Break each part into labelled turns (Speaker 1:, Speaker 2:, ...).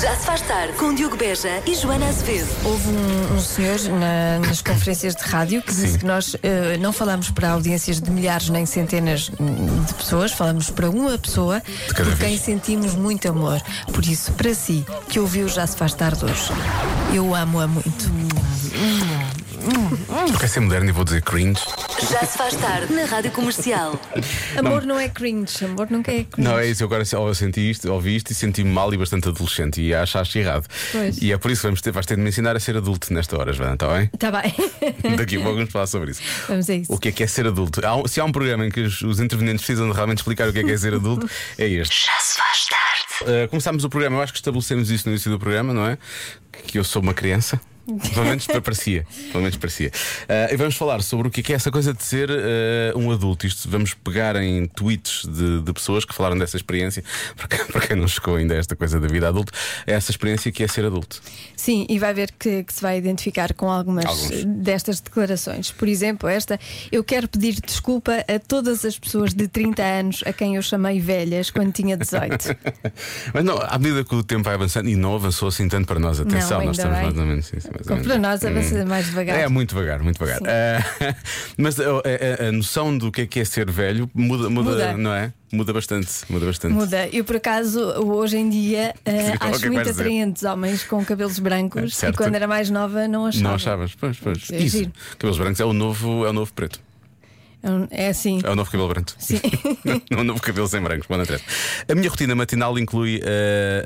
Speaker 1: Já se faz tarde com Diogo Beja e Joana Azevedo.
Speaker 2: Houve um, um senhor na- nas conferências de rádio que disse que nós eh, não falamos para audiências de milhares nem centenas hum, de pessoas, falamos para uma pessoa
Speaker 3: cada
Speaker 2: por quem
Speaker 3: vez.
Speaker 2: sentimos muito amor. Por isso, para si, que ouviu Já Se Faz Tarde hoje, eu amo-a muito.
Speaker 3: Quer ser moderno e vou dizer cringe.
Speaker 1: Já se faz tarde na Rádio Comercial.
Speaker 2: Amor não, é cringe, amor nunca é cringe.
Speaker 3: Não, é isso. Eu agora eu senti isto, ouvi isto e senti-me mal e bastante adolescente e achaste errado.
Speaker 2: Pois.
Speaker 3: E é por isso que vamos ter, vais ter de me ensinar a ser adulto nesta hora, Joana, está bem?
Speaker 2: Tá bem.
Speaker 3: Daqui a pouco vamos falar sobre isso.
Speaker 2: Vamos a isso.
Speaker 3: O que é que é ser adulto? Há um- se há um programa em que os, os intervenientes precisam de realmente explicar o que é que é ser adulto, é este.
Speaker 1: Já se faz tarde.
Speaker 3: Uh, começámos o programa, eu acho que estabelecemos isso no início do programa, não é? Que eu sou uma criança. Pelo menos pa- parecia. Pelo menos parecia. Uh, e vamos falar sobre o que é que é essa coisa de ser uh, um adulto. Isto vamos pegar em tweets de, de pessoas que falaram dessa experiência, para quem, para quem não chegou ainda a esta coisa da vida adulta, é essa experiência que é ser adulto.
Speaker 2: Sim, e vai ver que, que se vai identificar com algumas
Speaker 3: Alguns.
Speaker 2: destas declarações. Por exemplo, esta: Eu quero pedir desculpa a todas as pessoas de 30 anos a quem eu chamei velhas quando tinha 18.
Speaker 3: Mas não, à medida que o tempo vai avançando, e não avançou assim tanto para nós, atenção,
Speaker 2: ainda
Speaker 3: nós estamos
Speaker 2: bem.
Speaker 3: mais ou menos. Sim, sim, mais ou
Speaker 2: Como
Speaker 3: menos.
Speaker 2: para nós avança mais devagar.
Speaker 3: É, muito devagar, muito devagar.
Speaker 2: Sim.
Speaker 3: Ah, mas a, a- a noção do que é que é ser velho muda, muda,
Speaker 2: Muda.
Speaker 3: não é? Muda bastante, muda bastante.
Speaker 2: Muda. Eu, por acaso, hoje em dia eh,
Speaker 3: Sim, o que é que
Speaker 2: acho muito
Speaker 3: vais dizer? É,
Speaker 2: atraentes homens com cabelos brancos e
Speaker 3: Certo.
Speaker 2: quando era mais nova não achava.
Speaker 3: Não achavas? Pois, pois.
Speaker 2: É
Speaker 3: Isso.
Speaker 2: giro.
Speaker 3: Cabelos brancos é o novo, é o novo preto.
Speaker 2: É um- É assim.
Speaker 3: É o novo cabelo branco.
Speaker 2: Sim.
Speaker 3: não, o novo cabelo sem brancos, bom atrás. A minha rotina matinal inclui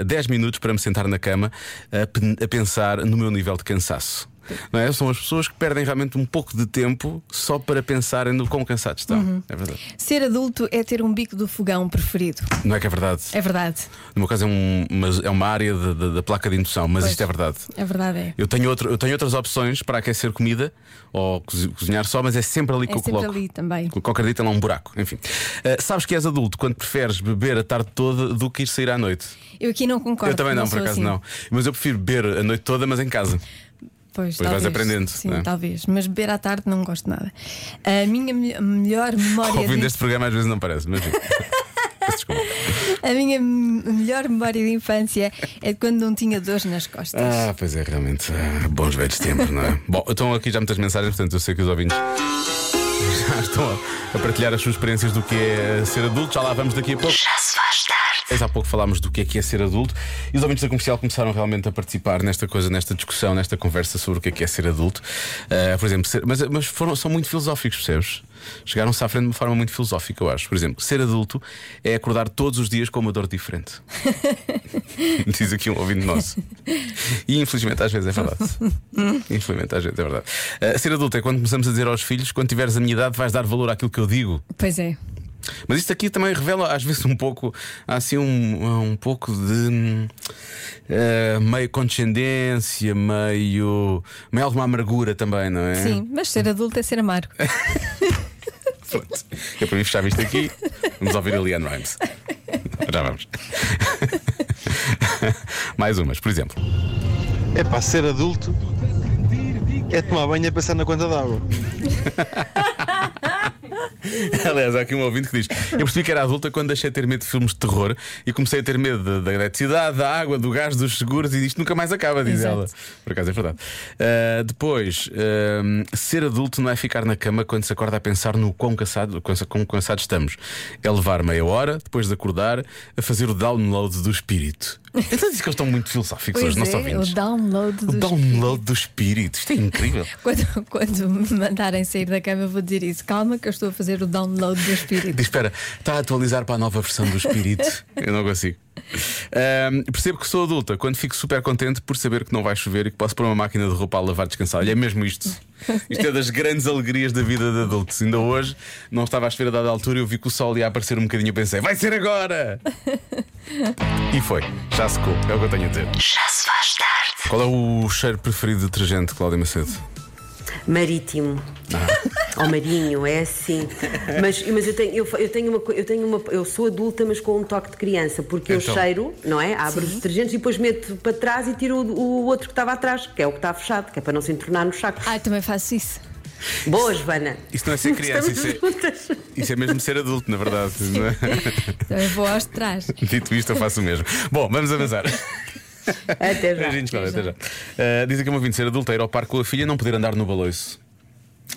Speaker 3: ah, 10 minutos para me sentar na cama a, pen- a pensar no meu nível de cansaço. Não é? São as pessoas que perdem realmente um pouco de tempo só para pensarem no quão cansados estão.
Speaker 2: Uhum.
Speaker 3: É verdade.
Speaker 2: Ser adulto é ter um bico do fogão preferido.
Speaker 3: Não é que é verdade?
Speaker 2: É verdade.
Speaker 3: No meu caso é, um- uma, é uma área de- de- da placa de indução, mas isto é verdade.
Speaker 2: É verdade, é.
Speaker 3: Eu tenho, outro- eu tenho outras opções para aquecer comida ou cozi- cozinhar só, mas é sempre ali que
Speaker 2: É
Speaker 3: eu
Speaker 2: sempre
Speaker 3: coloco.
Speaker 2: ali também.
Speaker 3: Qualquer dia tem lá um buraco, enfim. Ah, sabes que és adulto quando preferes beber a tarde toda do que ir sair à noite.
Speaker 2: Eu aqui não concordo.
Speaker 3: eu também não, por
Speaker 2: sou
Speaker 3: acaso
Speaker 2: assim.
Speaker 3: não. Mas eu prefiro beber a noite toda, mas em casa.
Speaker 2: Pois,
Speaker 3: Depois vais
Speaker 2: talvez.
Speaker 3: aprendendo,
Speaker 2: Sim,
Speaker 3: né?
Speaker 2: talvez. Mas beber à tarde não gosto nada. A minha me- melhor memória.
Speaker 3: Ouvindo
Speaker 2: de-
Speaker 3: este programa às vezes não parece, mas enfim. Peço Desculpa.
Speaker 2: A minha m- melhor memória de infância é de quando não tinha dores nas costas.
Speaker 3: Ah, pois é, realmente. ah, Bons velhos tempos, não é? Bom, estão aqui já muitas mensagens, portanto eu sei que os ouvintes já estão a- a partilhar as suas experiências do que é ser adulto. Já lá vamos daqui a pouco.
Speaker 1: Já se faz tarde.
Speaker 3: Há pouco falámos do que é que é ser adulto e os ouvintes da comercial começaram realmente a participar nesta coisa, nesta discussão, nesta conversa sobre o que é que é ser adulto. Ah, por exemplo, ser- mas, mas foram, são muito filosóficos, percebes? Chegaram-se à frente de uma forma muito filosófica, eu acho. Por exemplo, ser adulto é acordar todos os dias com uma dor diferente. Diz aqui um ouvinte nosso. E infelizmente às vezes é verdade. infelizmente às vezes é verdade. Ah, ser adulto é quando começamos a dizer aos filhos: quando tiveres a minha idade, vais dar valor àquilo que eu digo.
Speaker 2: Pois é.
Speaker 3: Mas isto aqui também revela às vezes um pouco há assim um, um pouco de hum, eh, meio condescendência, meio, meio alguma amargura também, não é?
Speaker 2: Sim, mas ser adulto é ser amargo.
Speaker 3: Pronto. Eu para mim fechava isto aqui, vamos ouvir a Leanne Rhymes. Já vamos. Mais umas, por exemplo.
Speaker 4: É para ser adulto é tomar banho e passar na conta d'água.
Speaker 3: Aliás, há aqui um ouvinte que diz: Eu percebi que era adulta quando deixei de ter medo de filmes de terror e comecei a ter medo da- da eletricidade, da água, do gás, dos seguros e isto nunca mais acaba, diz
Speaker 2: Exato.
Speaker 3: ela. Por acaso é verdade. Ah, depois, ahm, ser adulto não é ficar na cama quando se acorda a pensar no quão cansado, quão, quão cansado estamos. É levar meia hora, depois de acordar, a fazer o download do espírito. Então diz que eles estão muito filosóficos
Speaker 2: Pois
Speaker 3: hoje, não são
Speaker 2: é, o
Speaker 3: ouvintes.
Speaker 2: download
Speaker 3: O
Speaker 2: dos-
Speaker 3: download do espírito, isto é incrível.
Speaker 2: Quando, quando me mandarem sair da cama, eu vou dizer isso. Calma, que eu estou a fazer o download do espírito.
Speaker 3: Diz, espera, está a atualizar para a nova versão do espírito. Eu não consigo. Ahm, percebo que sou adulta quando fico super contente por saber que não vai chover e que posso pôr uma máquina de roupa a lavar descansar. Olha, é mesmo isto. Isto é das grandes alegrias da vida de adultos. Ainda hoje não estava à espera da dada altura, eu vi que o sol ia aparecer um bocadinho e pensei, vai ser agora! E foi, já secou, é o que eu tenho a dizer.
Speaker 1: Já se faz tarde.
Speaker 3: Qual é o cheiro preferido de detergente, Cláudia Macedo?
Speaker 5: Marítimo.
Speaker 3: Ah.
Speaker 5: Ou marinho, é assim. Mas, mas eu, tenho, eu, fa- eu tenho uma, co- eu tenho uma. Eu sou adulta, mas com um toque de criança, porque
Speaker 3: Então.
Speaker 5: eu cheiro, não é? Abro os detergentes e depois meto para trás e tiro o, o outro que estava atrás, que é o que está fechado, que é para não se entornar no saco.
Speaker 2: Ah, também faço isso.
Speaker 5: Boa, Joana.
Speaker 3: Isso não é ser criança, isso é,
Speaker 5: Estamos juntas.
Speaker 3: isso é mesmo ser adulto, na verdade. não é?
Speaker 2: Também vou aos de trás.
Speaker 3: Dito isto, eu faço o mesmo. Bom, vamos avançar.
Speaker 5: Até já.
Speaker 3: Beijinhos, Cláudia, até já. Uh, diz aqui uma vinte ser adulta, ir ao parque com a filha e não poder andar no baloiço.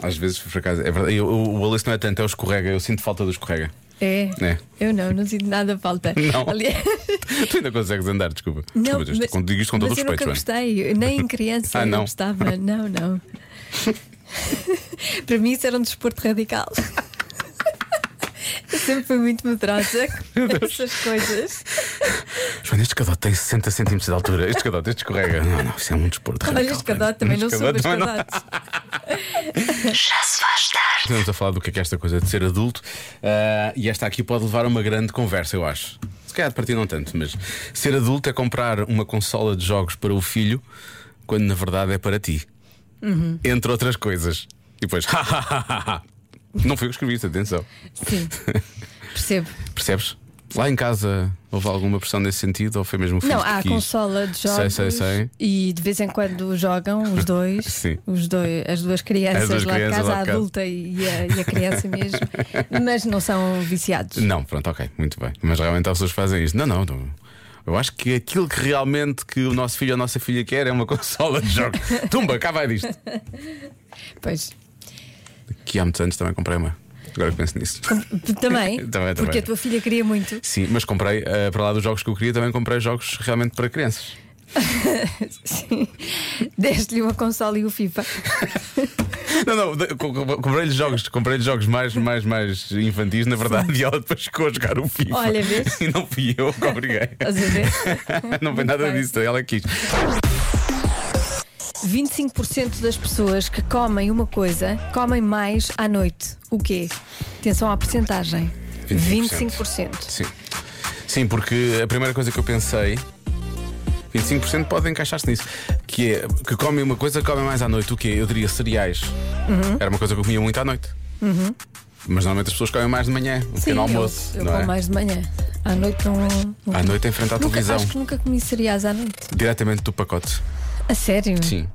Speaker 3: Às vezes, por acaso, é verdade. Eu- eu- o baloiço não é tanto, é o escorrega. Eu sinto falta do escorrega.
Speaker 2: É.
Speaker 3: É.
Speaker 2: Eu não, não sinto nada falta.
Speaker 3: Não.
Speaker 2: Aliás-
Speaker 3: tu ainda consegues andar, desculpa.
Speaker 2: Não,
Speaker 3: desculpa isto-
Speaker 2: mas-
Speaker 3: digo isto com todo o
Speaker 2: mas
Speaker 3: respeito,
Speaker 2: Eu nunca
Speaker 3: Joana.
Speaker 2: gostei, nem em criança
Speaker 3: Ah, não?
Speaker 2: eu gostava. Não, não. Para mim isso era um desporto radical. Eu sempre fui muito medrosa com essas coisas.
Speaker 3: Joana, este cadote tem 60 centímetros de altura. Este cadote, este escorrega. Não, não, isso é um desporto.
Speaker 2: Olha,
Speaker 3: radical.
Speaker 2: os cadotes também não sou
Speaker 3: Escadote
Speaker 2: mas
Speaker 3: também não.
Speaker 2: cadotes.
Speaker 1: Já se faz tarde.
Speaker 3: Estamos a falar do que é, que é esta coisa de ser adulto ah, e esta aqui pode levar a uma grande conversa, eu acho. Se calhar de partir não tanto, mas ser adulto é comprar uma consola de jogos para o filho quando na verdade é para ti.
Speaker 2: Uhum.
Speaker 3: Entre outras coisas. E depois, não foi eu que escrevi isto, atenção.
Speaker 2: Sim, percebo.
Speaker 3: Percebes? Lá em casa houve alguma pressão nesse sentido ou foi mesmo o filho
Speaker 2: Não,
Speaker 3: que
Speaker 2: há a
Speaker 3: quis?
Speaker 2: consola de jogos
Speaker 3: Sei, sei, sei.
Speaker 2: e de vez em quando jogam os dois,
Speaker 3: Sim.
Speaker 2: os dois as duas crianças
Speaker 3: As duas
Speaker 2: lá
Speaker 3: crianças
Speaker 2: de casa,
Speaker 3: lá
Speaker 2: a
Speaker 3: de casa.
Speaker 2: adulta e a, e a criança mesmo, mas não são viciados.
Speaker 3: Não, pronto, ok, muito bem. Mas realmente as pessoas fazem isto. Não, não, não. Eu acho que aquilo que realmente que o nosso filho ou a nossa filha quer é uma consola de jogos. Tumba, cá vai disto.
Speaker 2: Pois.
Speaker 3: Que há muitos anos também comprei uma. Agora que penso nisso.
Speaker 2: Também,
Speaker 3: Também, também.
Speaker 2: porque a tua filha queria muito.
Speaker 3: Sim, mas comprei, eh, para lá dos jogos que eu queria, também comprei jogos realmente para crianças.
Speaker 2: Sim. Deste-lhe uma console e o FIFA.
Speaker 3: Não, não, de- co- co- comprei-lhe jogos, comprei-lhe jogos mais, mais, mais infantis, na verdade, e ela depois ficou a jogar o FIFA.
Speaker 2: Olha, vês?
Speaker 3: E não fui eu que obriguei.
Speaker 2: Estás a ver?
Speaker 3: não foi nada
Speaker 2: Muito bem.
Speaker 3: disso, ela quis.
Speaker 2: 25% das pessoas que comem uma coisa comem mais à noite. O quê? Atenção à porcentagem.
Speaker 3: 25%.
Speaker 2: 25%.
Speaker 3: Sim. Sim, porque a primeira coisa que eu pensei. 25% pode encaixar-se nisso. Que é que comem uma coisa, comem mais à noite. O quê? Eu diria cereais.
Speaker 2: Uhum.
Speaker 3: Era uma coisa que eu comia muito à noite. Mas normalmente as pessoas comem mais de manhã, um
Speaker 2: Sim,
Speaker 3: pequeno almoço.
Speaker 2: eu, eu
Speaker 3: não
Speaker 2: como
Speaker 3: é?
Speaker 2: mais de manhã. À noite não. não
Speaker 3: À noite em frente à
Speaker 2: nunca,
Speaker 3: televisão.
Speaker 2: acho que nunca comi cereais à noite.
Speaker 3: Diretamente do pacote.
Speaker 2: A sério?
Speaker 3: Sim.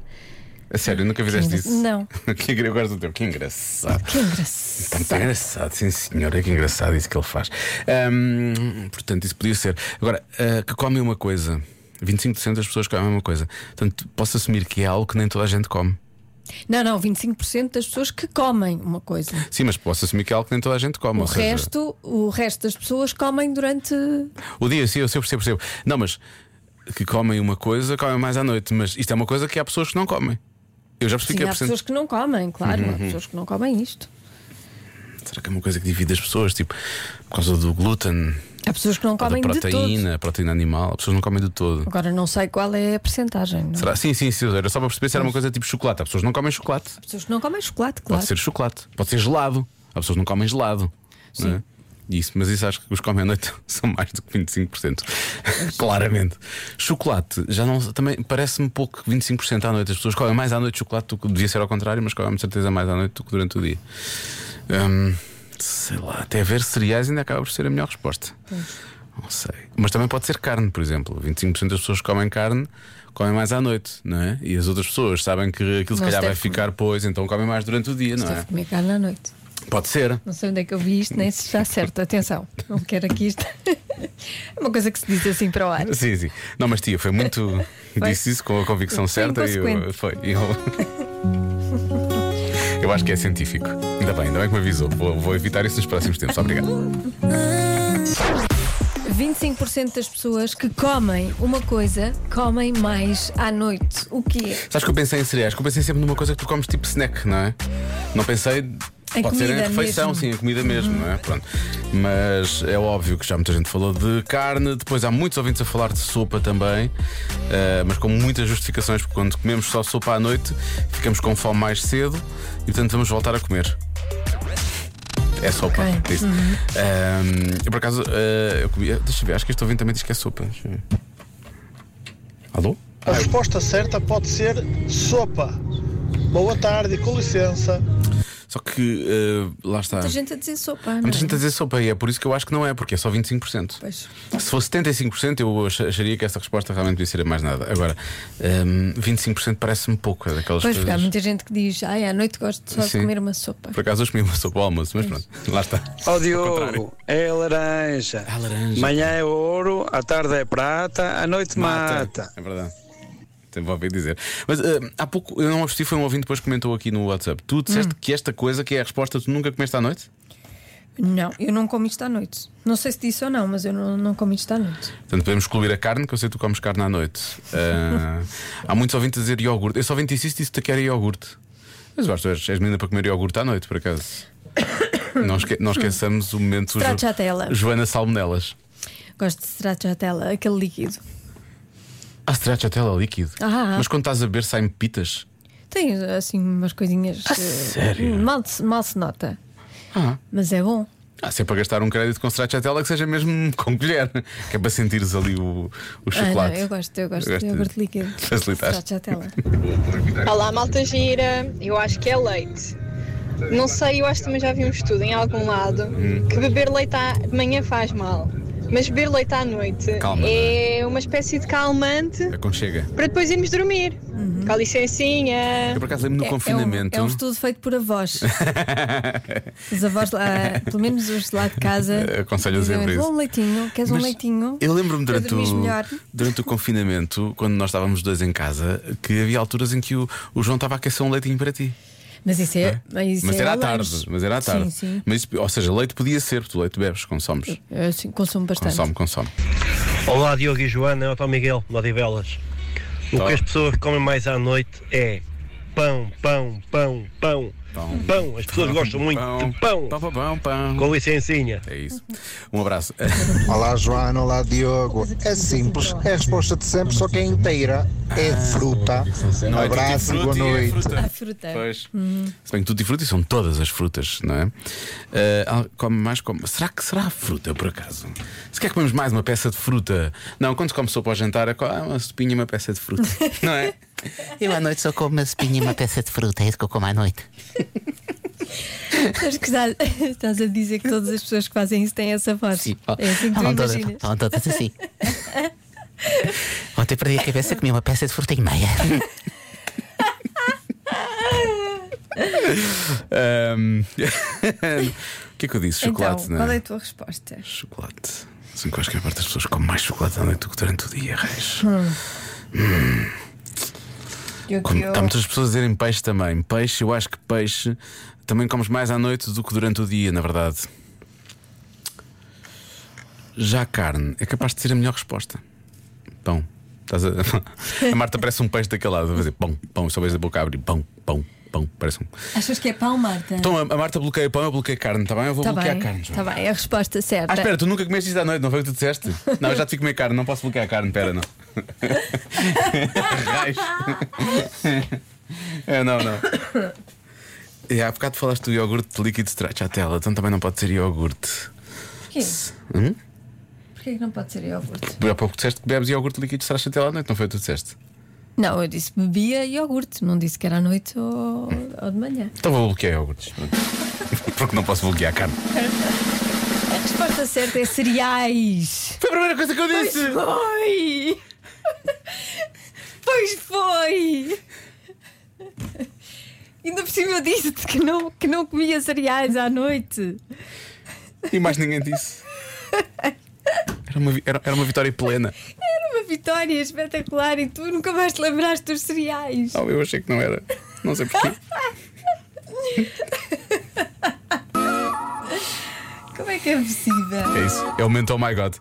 Speaker 3: A sério, nunca fizeste
Speaker 2: Sim,
Speaker 3: isso?
Speaker 2: não.
Speaker 3: que engra- eu gosto do teu. Que engraçado.
Speaker 2: Que engraçado.
Speaker 3: Muito engraçado, sim senhora, que engraçado isso que ele faz. Ahm, portanto, isso podia ser. Agora, ah, que comem uma coisa. 25% das pessoas comem uma coisa. Portanto, posso assumir que é algo que nem toda a gente come.
Speaker 2: Não, não, 25% das pessoas que comem uma coisa.
Speaker 3: Sim, mas posso assumir que é algo que nem toda a gente come.
Speaker 2: O
Speaker 3: ou seja,
Speaker 2: resto, o resto das pessoas comem durante.
Speaker 3: O dia, sim, eu sei, percebo, percebo. Não, mas que comem uma coisa, comem mais à noite. Mas isto é uma coisa que há pessoas que não comem. Eu já percebi
Speaker 2: Sim,
Speaker 3: que
Speaker 2: há
Speaker 3: é
Speaker 2: pessoas que não comem, claro.
Speaker 3: Uhum.
Speaker 2: Há pessoas que não comem isto.
Speaker 3: Será que é uma coisa que divide as pessoas? Tipo, por causa do glúten,
Speaker 2: Há pessoas que não
Speaker 3: ou da
Speaker 2: comem de todo.
Speaker 3: proteína, proteína animal. As pessoas não comem de todo.
Speaker 2: Agora não sei qual é a percentagem. Não? é?
Speaker 3: Será? Sim, sim, sim. Era só para perceber se era uma coisa tipo chocolate. Há pessoas que não comem chocolate.
Speaker 2: Há pessoas que não comem chocolate, claro.
Speaker 3: Pode ser chocolate, pode ser gelado. Há pessoas que não comem gelado.
Speaker 2: Sim.
Speaker 3: não é? Isso, mas isso acho que os que comem à noite são mais do que 25%. Claramente. Chocolate, já não. Também parece-me pouco que 25% à noite. As pessoas comem mais à noite chocolate do que devia ser ao contrário, mas comem de certeza mais à noite do que durante o dia. Hum, sei lá, até ver cereais ainda acaba por ser a melhor resposta. Não sei. Mas também pode ser carne, por exemplo. 25% das pessoas que comem carne comem mais à noite, não é? E as outras pessoas sabem que aquilo se
Speaker 2: Não se
Speaker 3: calhar vai
Speaker 2: deve comer.
Speaker 3: ficar pois, então comem mais durante o dia, não
Speaker 2: Estou
Speaker 3: é?
Speaker 2: a comer carne à noite.
Speaker 3: Pode ser.
Speaker 2: Não sei onde é que eu vi isto, nem se está certo. Atenção, não quero aqui isto. É uma coisa que se diz assim para o ar.
Speaker 3: Sim, sim. Não, mas tia, foi muito.
Speaker 2: Foi.
Speaker 3: Disse isso com a convicção
Speaker 2: Foi
Speaker 3: certa e eu,
Speaker 2: inconsequente.
Speaker 3: foi. e Eu... eu acho que é científico. Ainda bem, ainda bem que me avisou. Vou, vou evitar isso nos próximos tempos. Obrigado.
Speaker 2: 25% das pessoas que comem uma coisa comem mais à noite. O quê?
Speaker 3: Sabes que eu pensei em cereais? Que eu pensei sempre numa coisa que tu comes tipo snack, não é? Não pensei.
Speaker 2: Em
Speaker 3: pode ser em
Speaker 2: É comida
Speaker 3: refeição,
Speaker 2: mesmo.
Speaker 3: sim, em comida mesmo, não é? Pronto. Mas é óbvio que já muita gente falou de carne, depois há muitos ouvintes a falar de sopa também, eh, mas com muitas justificações, porque quando comemos só sopa à noite, ficamos com fome mais cedo e portanto vamos voltar a comer. É sopa,
Speaker 2: Ok. Uhum.
Speaker 3: isso. Ehm, eu por acaso, eh, eu comia. Deixa eu ver, acho que este ouvinte também diz que é sopa. Deixa eu ver. Alô?
Speaker 6: A resposta certa pode ser sopa. Boa tarde, com licença.
Speaker 3: Só que eh, lá está.
Speaker 2: Muita gente a dizer sopa.
Speaker 3: Há
Speaker 2: não
Speaker 3: muita
Speaker 2: é?
Speaker 3: gente a dizer sopa e é por isso que eu acho que não é, porque é só 25%.
Speaker 2: Pois.
Speaker 3: Se fosse 75%, eu ach- acharia que esta resposta realmente podia ser mais nada. Agora, ehm, 25% parece-me pouco. É daquelas
Speaker 2: Pois, porque há
Speaker 3: coisas.
Speaker 2: muita gente que diz, ai, à noite gosto só
Speaker 3: Sim.
Speaker 2: de comer uma sopa.
Speaker 3: Por acaso, hoje comi uma sopa ao almoço, mas pronto, lá está.
Speaker 6: Ó
Speaker 3: contrário.
Speaker 6: Diogo, é laranja.
Speaker 3: É laranja.
Speaker 6: Manhã é ouro, à tarde é prata, à noite mata.
Speaker 3: É verdade. Sempre ouvi dizer. Mas eh, há pouco, eu não assisti, foi um ouvinte que depois comentou aqui no WhatsApp. Tu disseste
Speaker 2: Hum.
Speaker 3: que esta coisa, que é a resposta, tu nunca comeste à noite?
Speaker 2: Não, eu não como isto à noite. Não sei se disse ou não, mas eu não, não como isto à noite.
Speaker 3: Portanto, podemos excluir a carne, que eu sei que tu comes carne à noite. Ah, há muitos ouvintes a dizer iogurte. Eu só ouvintes isso disse que era iogurte. Mas Vasco, és, és menina para comer iogurte à noite, por acaso. não, esque- não esqueçamos o momento. Jo-
Speaker 2: Stracciatella.
Speaker 3: Joana Salmonelas.
Speaker 2: Gosto de stracciatella, aquele líquido.
Speaker 3: Ah, stracciatella líquido.
Speaker 2: Ah.
Speaker 3: Mas quando estás a beber, saem pitas.
Speaker 2: Tem assim umas coisinhas. eh,
Speaker 3: Ah, sério?
Speaker 2: Mal, se- mal se nota.
Speaker 3: Ah.
Speaker 2: Mas é bom.
Speaker 3: Ah, se é para gastar um crédito com stracciatella, que seja mesmo com colher. Que é para sentires ali o, o
Speaker 2: Ah,
Speaker 3: chocolate.
Speaker 2: não, eu gosto, eu gosto,
Speaker 3: Eu
Speaker 2: de
Speaker 3: gosto de-
Speaker 2: iogurte líquido.
Speaker 3: facilitaste.
Speaker 2: Stracciatella.
Speaker 7: Olá, malta gira. Eu acho que é leite. Não sei, eu acho que também já vi um estudo em algum lado que beber leite à- de manhã faz mal. Mas beber leite à noite
Speaker 3: Calma,
Speaker 7: é uma espécie de calmante
Speaker 3: É Aconchega.
Speaker 7: para depois irmos dormir. Com licencinha.
Speaker 3: Eu por acaso lembro
Speaker 2: É-
Speaker 3: no
Speaker 2: é um-
Speaker 3: confinamento.
Speaker 2: É um, estudo feito por avós. Os avós, lá, pelo menos os lá de casa.
Speaker 3: Aconselho
Speaker 2: dizem,
Speaker 3: sempre
Speaker 2: "Vou
Speaker 3: isso."
Speaker 2: um leitinho, queres
Speaker 3: Mas
Speaker 2: um leitinho?
Speaker 3: Eu lembro-me
Speaker 2: Para
Speaker 3: durante
Speaker 2: dormires
Speaker 3: o,
Speaker 2: melhor.
Speaker 3: durante o confinamento, quando nós estávamos dois em casa, que havia alturas em que o, o João estava a aquecer um leitinho para ti.
Speaker 2: Mas isso é. Mas, isso
Speaker 3: mas
Speaker 2: é
Speaker 3: era à
Speaker 2: ao
Speaker 3: tarde.
Speaker 2: lanche.
Speaker 3: Mas era à
Speaker 2: Sim,
Speaker 3: tarde.
Speaker 2: sim.
Speaker 3: Mas, isso- ou seja, leite podia ser, porque leite bebes, consomes.
Speaker 2: Eu, sim, consumo bastante.
Speaker 3: Consome, consome.
Speaker 8: Olá, Diogo e Joana, eu sou o Miguel, de Odivelas. O
Speaker 3: Olá.
Speaker 8: que as pessoas comem mais à noite é pão, pão, pão, pão,
Speaker 3: Pão.
Speaker 8: pão. As pessoas gostam muito de
Speaker 3: Pão,
Speaker 8: pão,
Speaker 3: pão, pão, pão.
Speaker 8: com licencinha.
Speaker 3: É isso. Um abraço.
Speaker 9: Olá Joana, olá Diogo. É simples, é a resposta de sempre, só que é inteira.
Speaker 10: Ah.
Speaker 9: É fruta. Um abraço e boa
Speaker 3: Tutti-frutti é
Speaker 9: noite.
Speaker 3: fruta.
Speaker 2: A fruta.
Speaker 3: Pois.
Speaker 2: Uhum.
Speaker 3: Se bem que tudo e fruta são todas as frutas, não é? Ah, come mais, come. Será que será a fruta, por acaso? Se quer comemos mais uma peça de fruta. Não, quando se come sopa ao jantar, é co- ah, uma sopinha e uma peça de fruta, não é?
Speaker 11: Eu à noite só como uma espinha e uma peça de fruta, é isso que eu como à noite.
Speaker 2: Acho que estás, estás a dizer que todas as pessoas que fazem isso têm essa voz. É assim que tu
Speaker 11: Falam todas-
Speaker 2: imaginas.
Speaker 11: falam todas assim. Ontem perdi a cabeça, comi uma peça de fruta e meia.
Speaker 3: Ahm, o que é que eu disse? Chocolate,
Speaker 2: então,
Speaker 3: não
Speaker 2: qual é a tua resposta?
Speaker 3: Chocolate. Sim, que eu acho que a parte das pessoas come mais chocolate à noite do que durante o dia, reis.
Speaker 2: Eu,
Speaker 3: Como,
Speaker 2: eu-
Speaker 3: Há muitas pessoas a dizerem peixe também. Peixe, eu acho que peixe também comes mais à noite do que durante o dia, na verdade. Já a carne é capaz de ser a melhor resposta. Pão. Estás a... a Marta parece um peixe daquele lado, a fazer pão, pão, só vês a boca a abrir, pão, pão, pão, parece um.
Speaker 2: Achas que é pão, Marta?
Speaker 3: Então a a Marta bloqueia pão, eu bloqueio carne, está bem? Eu vou
Speaker 2: Está
Speaker 3: bloquear
Speaker 2: Tá bem,
Speaker 3: carne. João.
Speaker 2: está bem, é a resposta certa.
Speaker 3: Ah, espera, tu nunca comeste isto à noite, não foi o que tu disseste? Não, eu já te fui comer carne, não posso bloquear carne, espera, não. Raios. é, não, não. E há bocado falaste do iogurte de líquido stretch à tela, então também não pode ser iogurte.
Speaker 2: Porquê? Porquê que não pode ser iogurte?
Speaker 3: Há pouco disseste que bebes iogurte líquido stretch à tela à noite, não foi o que tu disseste?
Speaker 2: Não, eu disse bebia iogurte, não disse que era à noite ou, ou de manhã.
Speaker 3: Então vou bloquear iogurtes. Porque não posso bloquear carne.
Speaker 2: A resposta certa é cereais.
Speaker 3: Foi a primeira coisa que eu
Speaker 2: Pois
Speaker 3: disse!
Speaker 2: foi! Pois foi! Ainda por cima eu disse-te que não, que não comia cereais à noite.
Speaker 3: E mais ninguém disse. Era uma, vi- era- era uma vitória plena.
Speaker 2: Era uma vitória espetacular e tu nunca mais te lembraste dos cereais.
Speaker 3: Não, Oh, eu achei que não era. Não sei porquê.
Speaker 2: Como é que é possível?
Speaker 3: É isso. É o momento, oh my god.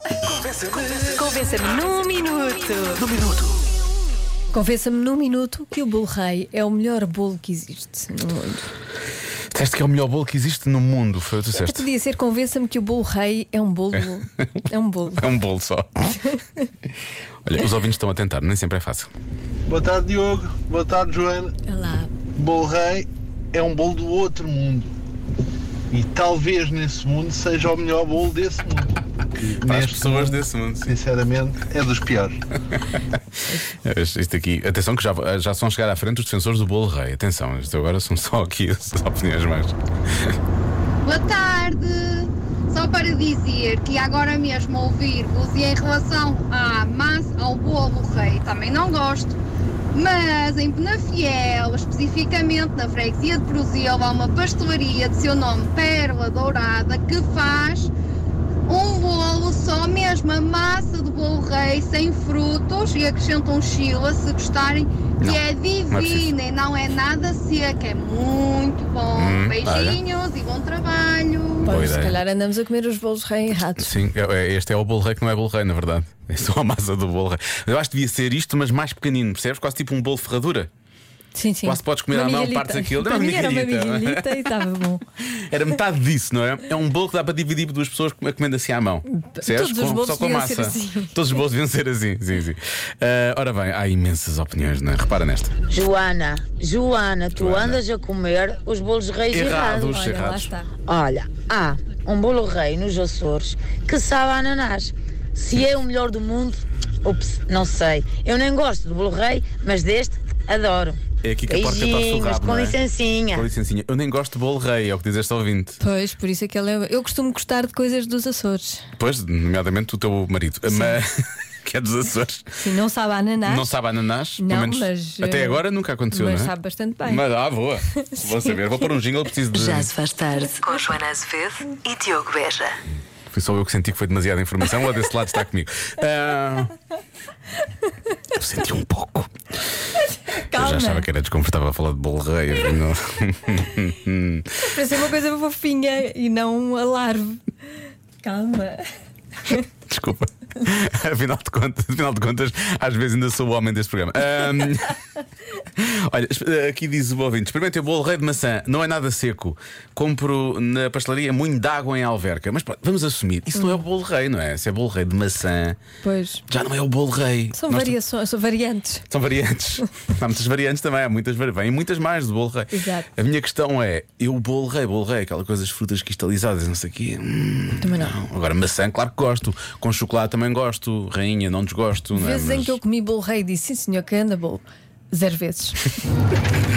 Speaker 2: Convença-me num minuto. Num minuto. Convença-me num minuto que o bolo rei é o melhor bolo que existe no mundo.
Speaker 3: Disseste que é o melhor bolo que existe no mundo, foi o que tu
Speaker 2: Até
Speaker 3: disseste.
Speaker 2: podia ser convença-me que o bolo rei é um bolo. É um bolo.
Speaker 3: É um bolo só. Olha, os ouvintes estão a tentar, nem sempre é fácil.
Speaker 4: Boa tarde, Diogo. Boa tarde, Joana.
Speaker 2: Olha lá.
Speaker 4: Bolo Rei é um bolo do outro mundo. E talvez nesse mundo seja o melhor bolo desse mundo.
Speaker 3: para as pessoas desse mundo. sim.
Speaker 4: Sinceramente, é dos piores.
Speaker 3: É, Isto aqui, atenção que já, já são a chegar à frente os defensores do bolo rei. Atenção, isto agora são só aqui as opiniões mais.
Speaker 12: Boa tarde! Só para dizer que agora mesmo ouvir-vos e em relação à massa, ao bolo rei, também não gosto, mas em Penafiel, especificamente na freguesia de Prozil, há uma pastelaria de seu nome Pérola Dourada que faz um bolo só mesmo, a massa do bolo rei, sem frutos e acrescentam chila se gostarem, que é
Speaker 3: não é
Speaker 12: divina e não é nada seca, é muito bom.
Speaker 3: Hum,
Speaker 12: Beijinhos e bom trabalho.
Speaker 3: Boa
Speaker 2: Pois, se
Speaker 3: ideia.
Speaker 2: calhar andamos a comer os bolos rei errados.
Speaker 3: Sim, é- é- este é o bolo rei que não é bolo rei, na verdade. É só a massa do bolo rei. Eu acho que devia ser isto, mas mais pequenino, percebes? Quase tipo um bolo de ferradura.
Speaker 2: Sim, sim.
Speaker 3: Quase podes comer
Speaker 2: Uma
Speaker 3: à mão,
Speaker 2: miguelita.
Speaker 3: partes aquilo.
Speaker 2: Para
Speaker 3: Dá uma é?
Speaker 2: mim era uma
Speaker 3: miguelita.
Speaker 2: miguelita e estava bom.
Speaker 3: Era metade disso, não é? É um bolo que dá para dividir por duas pessoas a comendo assim à mão. Percebes?
Speaker 2: Todos os bolos
Speaker 3: só com a
Speaker 2: deviam ser
Speaker 3: massa.
Speaker 2: assim.
Speaker 3: Todos os bolos deviam ser assim. Sim, sim. Ah, ora bem, há imensas opiniões, não é? Repara nesta.
Speaker 13: Joana, Joana, tu
Speaker 3: Joana.
Speaker 13: andas a comer os bolos reis
Speaker 3: Errados,
Speaker 13: errados.
Speaker 3: Olha, lá errados. está.
Speaker 13: Olha, há um bolo rei nos Açores que sabe a ananás. Se é o melhor do mundo, ups, não sei. Eu nem gosto do bolo rei, mas deste adoro.
Speaker 3: É aqui que a porca torce o
Speaker 13: Beijinhos,
Speaker 3: rabo.
Speaker 13: com
Speaker 3: não é?
Speaker 13: licencinha.
Speaker 3: Com licencinha. Eu nem gosto de bolo rei, é o que diz este ouvinte.
Speaker 2: Pois, por isso é que ele é. Eu costumo gostar de coisas dos Açores.
Speaker 3: Pois, nomeadamente o teu marido. Mas, que é dos Açores.
Speaker 2: Sim, não sabe a ananás.
Speaker 3: Não sabe ananás?
Speaker 2: Não,
Speaker 3: pelo menos
Speaker 2: mas,
Speaker 3: Até
Speaker 2: eh,
Speaker 3: agora nunca aconteceu,
Speaker 2: mas
Speaker 3: não é?
Speaker 2: sabe bastante bem.
Speaker 3: Mas, ah, boa. Vou
Speaker 2: Sim.
Speaker 3: saber. Vou pôr um jingle, preciso de.
Speaker 1: Já se faz tarde com Joana Azevedo e Diogo Beja.
Speaker 3: Foi só eu que senti que foi demasiada informação, ou desse lado está comigo. Ah, Eu senti um pouco. Eu já achava que era desconfortável falar de bolo rei. não.
Speaker 2: Parece uma coisa fofinha e não um alarme. Calma.
Speaker 3: Desculpa. Afinal de, contas, afinal de contas, às vezes ainda sou o homem deste programa. Ahm, olha, es- aqui diz o ouvinte: experimentei o bolo rei de maçã, não é nada seco. Compro na pastelaria muito de água em alverca. Mas pronto, vamos assumir: isso não é o bolo rei, não é? Se é bolo rei de maçã,
Speaker 2: Pois.
Speaker 3: já não é o bolo rei.
Speaker 2: São
Speaker 3: Nós-
Speaker 2: variações, são variantes.
Speaker 3: São variantes. Há muitas variantes também, há muitas vari- vêm muitas mais do bolo rei.
Speaker 2: Exato.
Speaker 3: A minha questão é: eu bolo rei, bolo rei, aquela coisa, as frutas cristalizadas, não sei o quê. hum,
Speaker 2: Também não.
Speaker 3: Agora, maçã, claro que gosto. Com chocolate também gosto. Rainha, não desgosto. não é?
Speaker 2: Vezes em
Speaker 3: Mas-
Speaker 2: que eu comi bolo rei e disse, sim senhor, que anda bolo. Zero vezes.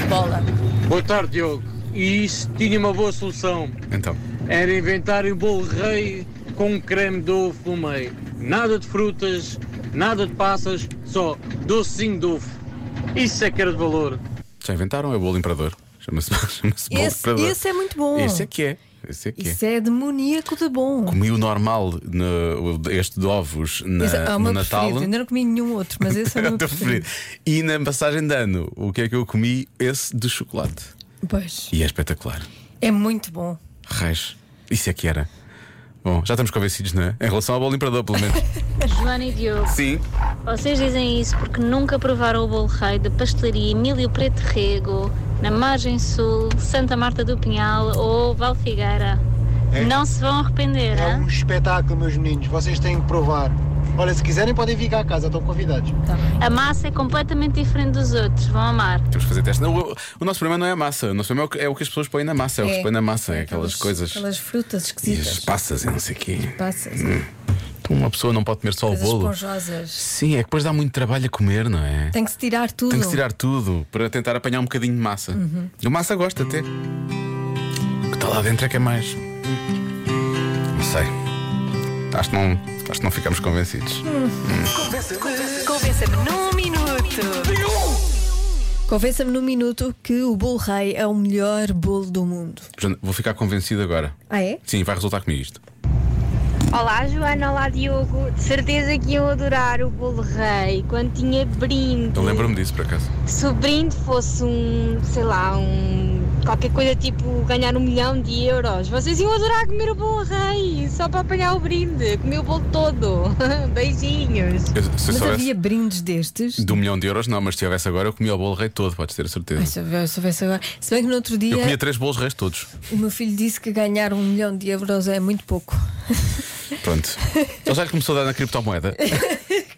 Speaker 2: Bola.
Speaker 14: Boa tarde, Diogo. E isso tinha uma boa solução.
Speaker 3: Então.
Speaker 14: Era inventar o bolo rei com um creme de ovo no meio. Nada de frutas, nada de passas, só docinho de ovo. Isso é que era de valor.
Speaker 3: Já inventaram? É o bolo imperador. Chama-se chama bolo
Speaker 2: Esse,
Speaker 3: imperador.
Speaker 2: esse é muito bom.
Speaker 3: Esse é que é. Esse é que é.
Speaker 2: Isso é demoníaco de bom.
Speaker 3: Comi o normal, no, o- este de ovos, na,
Speaker 2: Isso é o
Speaker 3: no
Speaker 2: meu
Speaker 3: Natal.
Speaker 2: preferido. Ainda não comi nenhum outro, mas esse é o
Speaker 3: Era o
Speaker 2: meu
Speaker 3: teu preferido. E na passagem de ano, o que é que eu comi? Esse de chocolate.
Speaker 2: Pois.
Speaker 3: E é espetacular.
Speaker 2: É muito bom.
Speaker 3: Reis, isso é que era. Bom, já estamos convencidos, não é? Em relação ao bolo imperador, pelo menos.
Speaker 15: Joana e Diogo,
Speaker 3: Sim.
Speaker 15: vocês dizem isso porque nunca provaram o bolo rei da pastelaria Emílio Preto Rego, na margem sul, Santa Marta do Pinhal ou Valfigueira. Não se vão arrepender,
Speaker 10: É
Speaker 15: hã?
Speaker 10: um espetáculo, meus meninos. Vocês têm que provar. Olha, se quiserem podem vir cá a casa, estão convidados.
Speaker 15: A massa é completamente diferente dos outros, vão amar.
Speaker 3: Temos que fazer teste. Não, o, o nosso problema não é a massa. O nosso problema é o que, é o que as pessoas põem na massa. É, o que
Speaker 2: É.
Speaker 3: se põe na massa. É aquelas coisas.
Speaker 2: Aquelas frutas
Speaker 3: E as
Speaker 2: esquisitas.
Speaker 3: passas e não sei o quê.
Speaker 2: Passas.
Speaker 3: Hum. Então uma pessoa não pode comer só o
Speaker 2: Coisas
Speaker 3: bolo.
Speaker 2: esponjosas.
Speaker 3: Sim, é que depois dá muito trabalho a comer, não é?
Speaker 2: Tem que se tirar tudo.
Speaker 3: Tem que se tirar tudo para tentar apanhar um bocadinho de massa.
Speaker 2: Uhum.
Speaker 3: De massa gosta até. O que está lá dentro é que é mais. Não sei. Acho que não, acho que não ficamos convencidos.
Speaker 1: Convença-me num minuto.
Speaker 2: Convença-me num minuto que o bolo rei é o melhor bolo do mundo.
Speaker 3: Portanto, Vou ficar convencido agora.
Speaker 2: Ah, é?
Speaker 3: Sim, vai resultar comigo isto.
Speaker 16: Olá Joana, olá Diogo. De certeza que iam adorar o bolo rei quando tinha brinde.
Speaker 3: Eu lembro-me disso, por acaso.
Speaker 16: Se o brinde fosse um, sei lá, um qualquer coisa tipo ganhar um milhão de euros, vocês iam adorar comer o bolo rei só para apanhar o brinde, comer o bolo todo. Beijinhos.
Speaker 3: Eu- se eu
Speaker 2: Mas
Speaker 3: soubesse-
Speaker 2: havia brindes destes?
Speaker 3: De um milhão de euros, não, mas se tivesse agora, eu comia o bolo rei todo, podes ter a
Speaker 2: Ai, é.
Speaker 3: certeza.
Speaker 2: se eu soubesse agora. Se bem que no outro dia
Speaker 3: Eu comia três bolos reis todos.
Speaker 2: o meu filho disse que ganhar um milhão de euros é muito pouco.
Speaker 3: Pronto. Ele já lhe começou a dar na criptomoeda.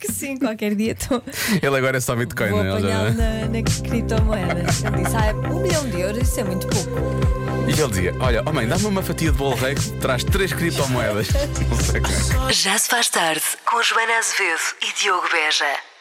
Speaker 2: que sim, qualquer dia estou.
Speaker 3: Ele agora é só Bitcoin,
Speaker 2: Vou
Speaker 3: não é? Ele já-
Speaker 2: apanhá-lo na, na criptomoeda. Ele disse, ah, um milhão de euros, isso é muito pouco.
Speaker 3: E ele dizia: Olha, oh mãe, dá-me uma fatia de bolo rei que traz três criptomoedas. Não sei como é.
Speaker 1: Já se faz tarde com Joana Azevedo e Diogo Beja.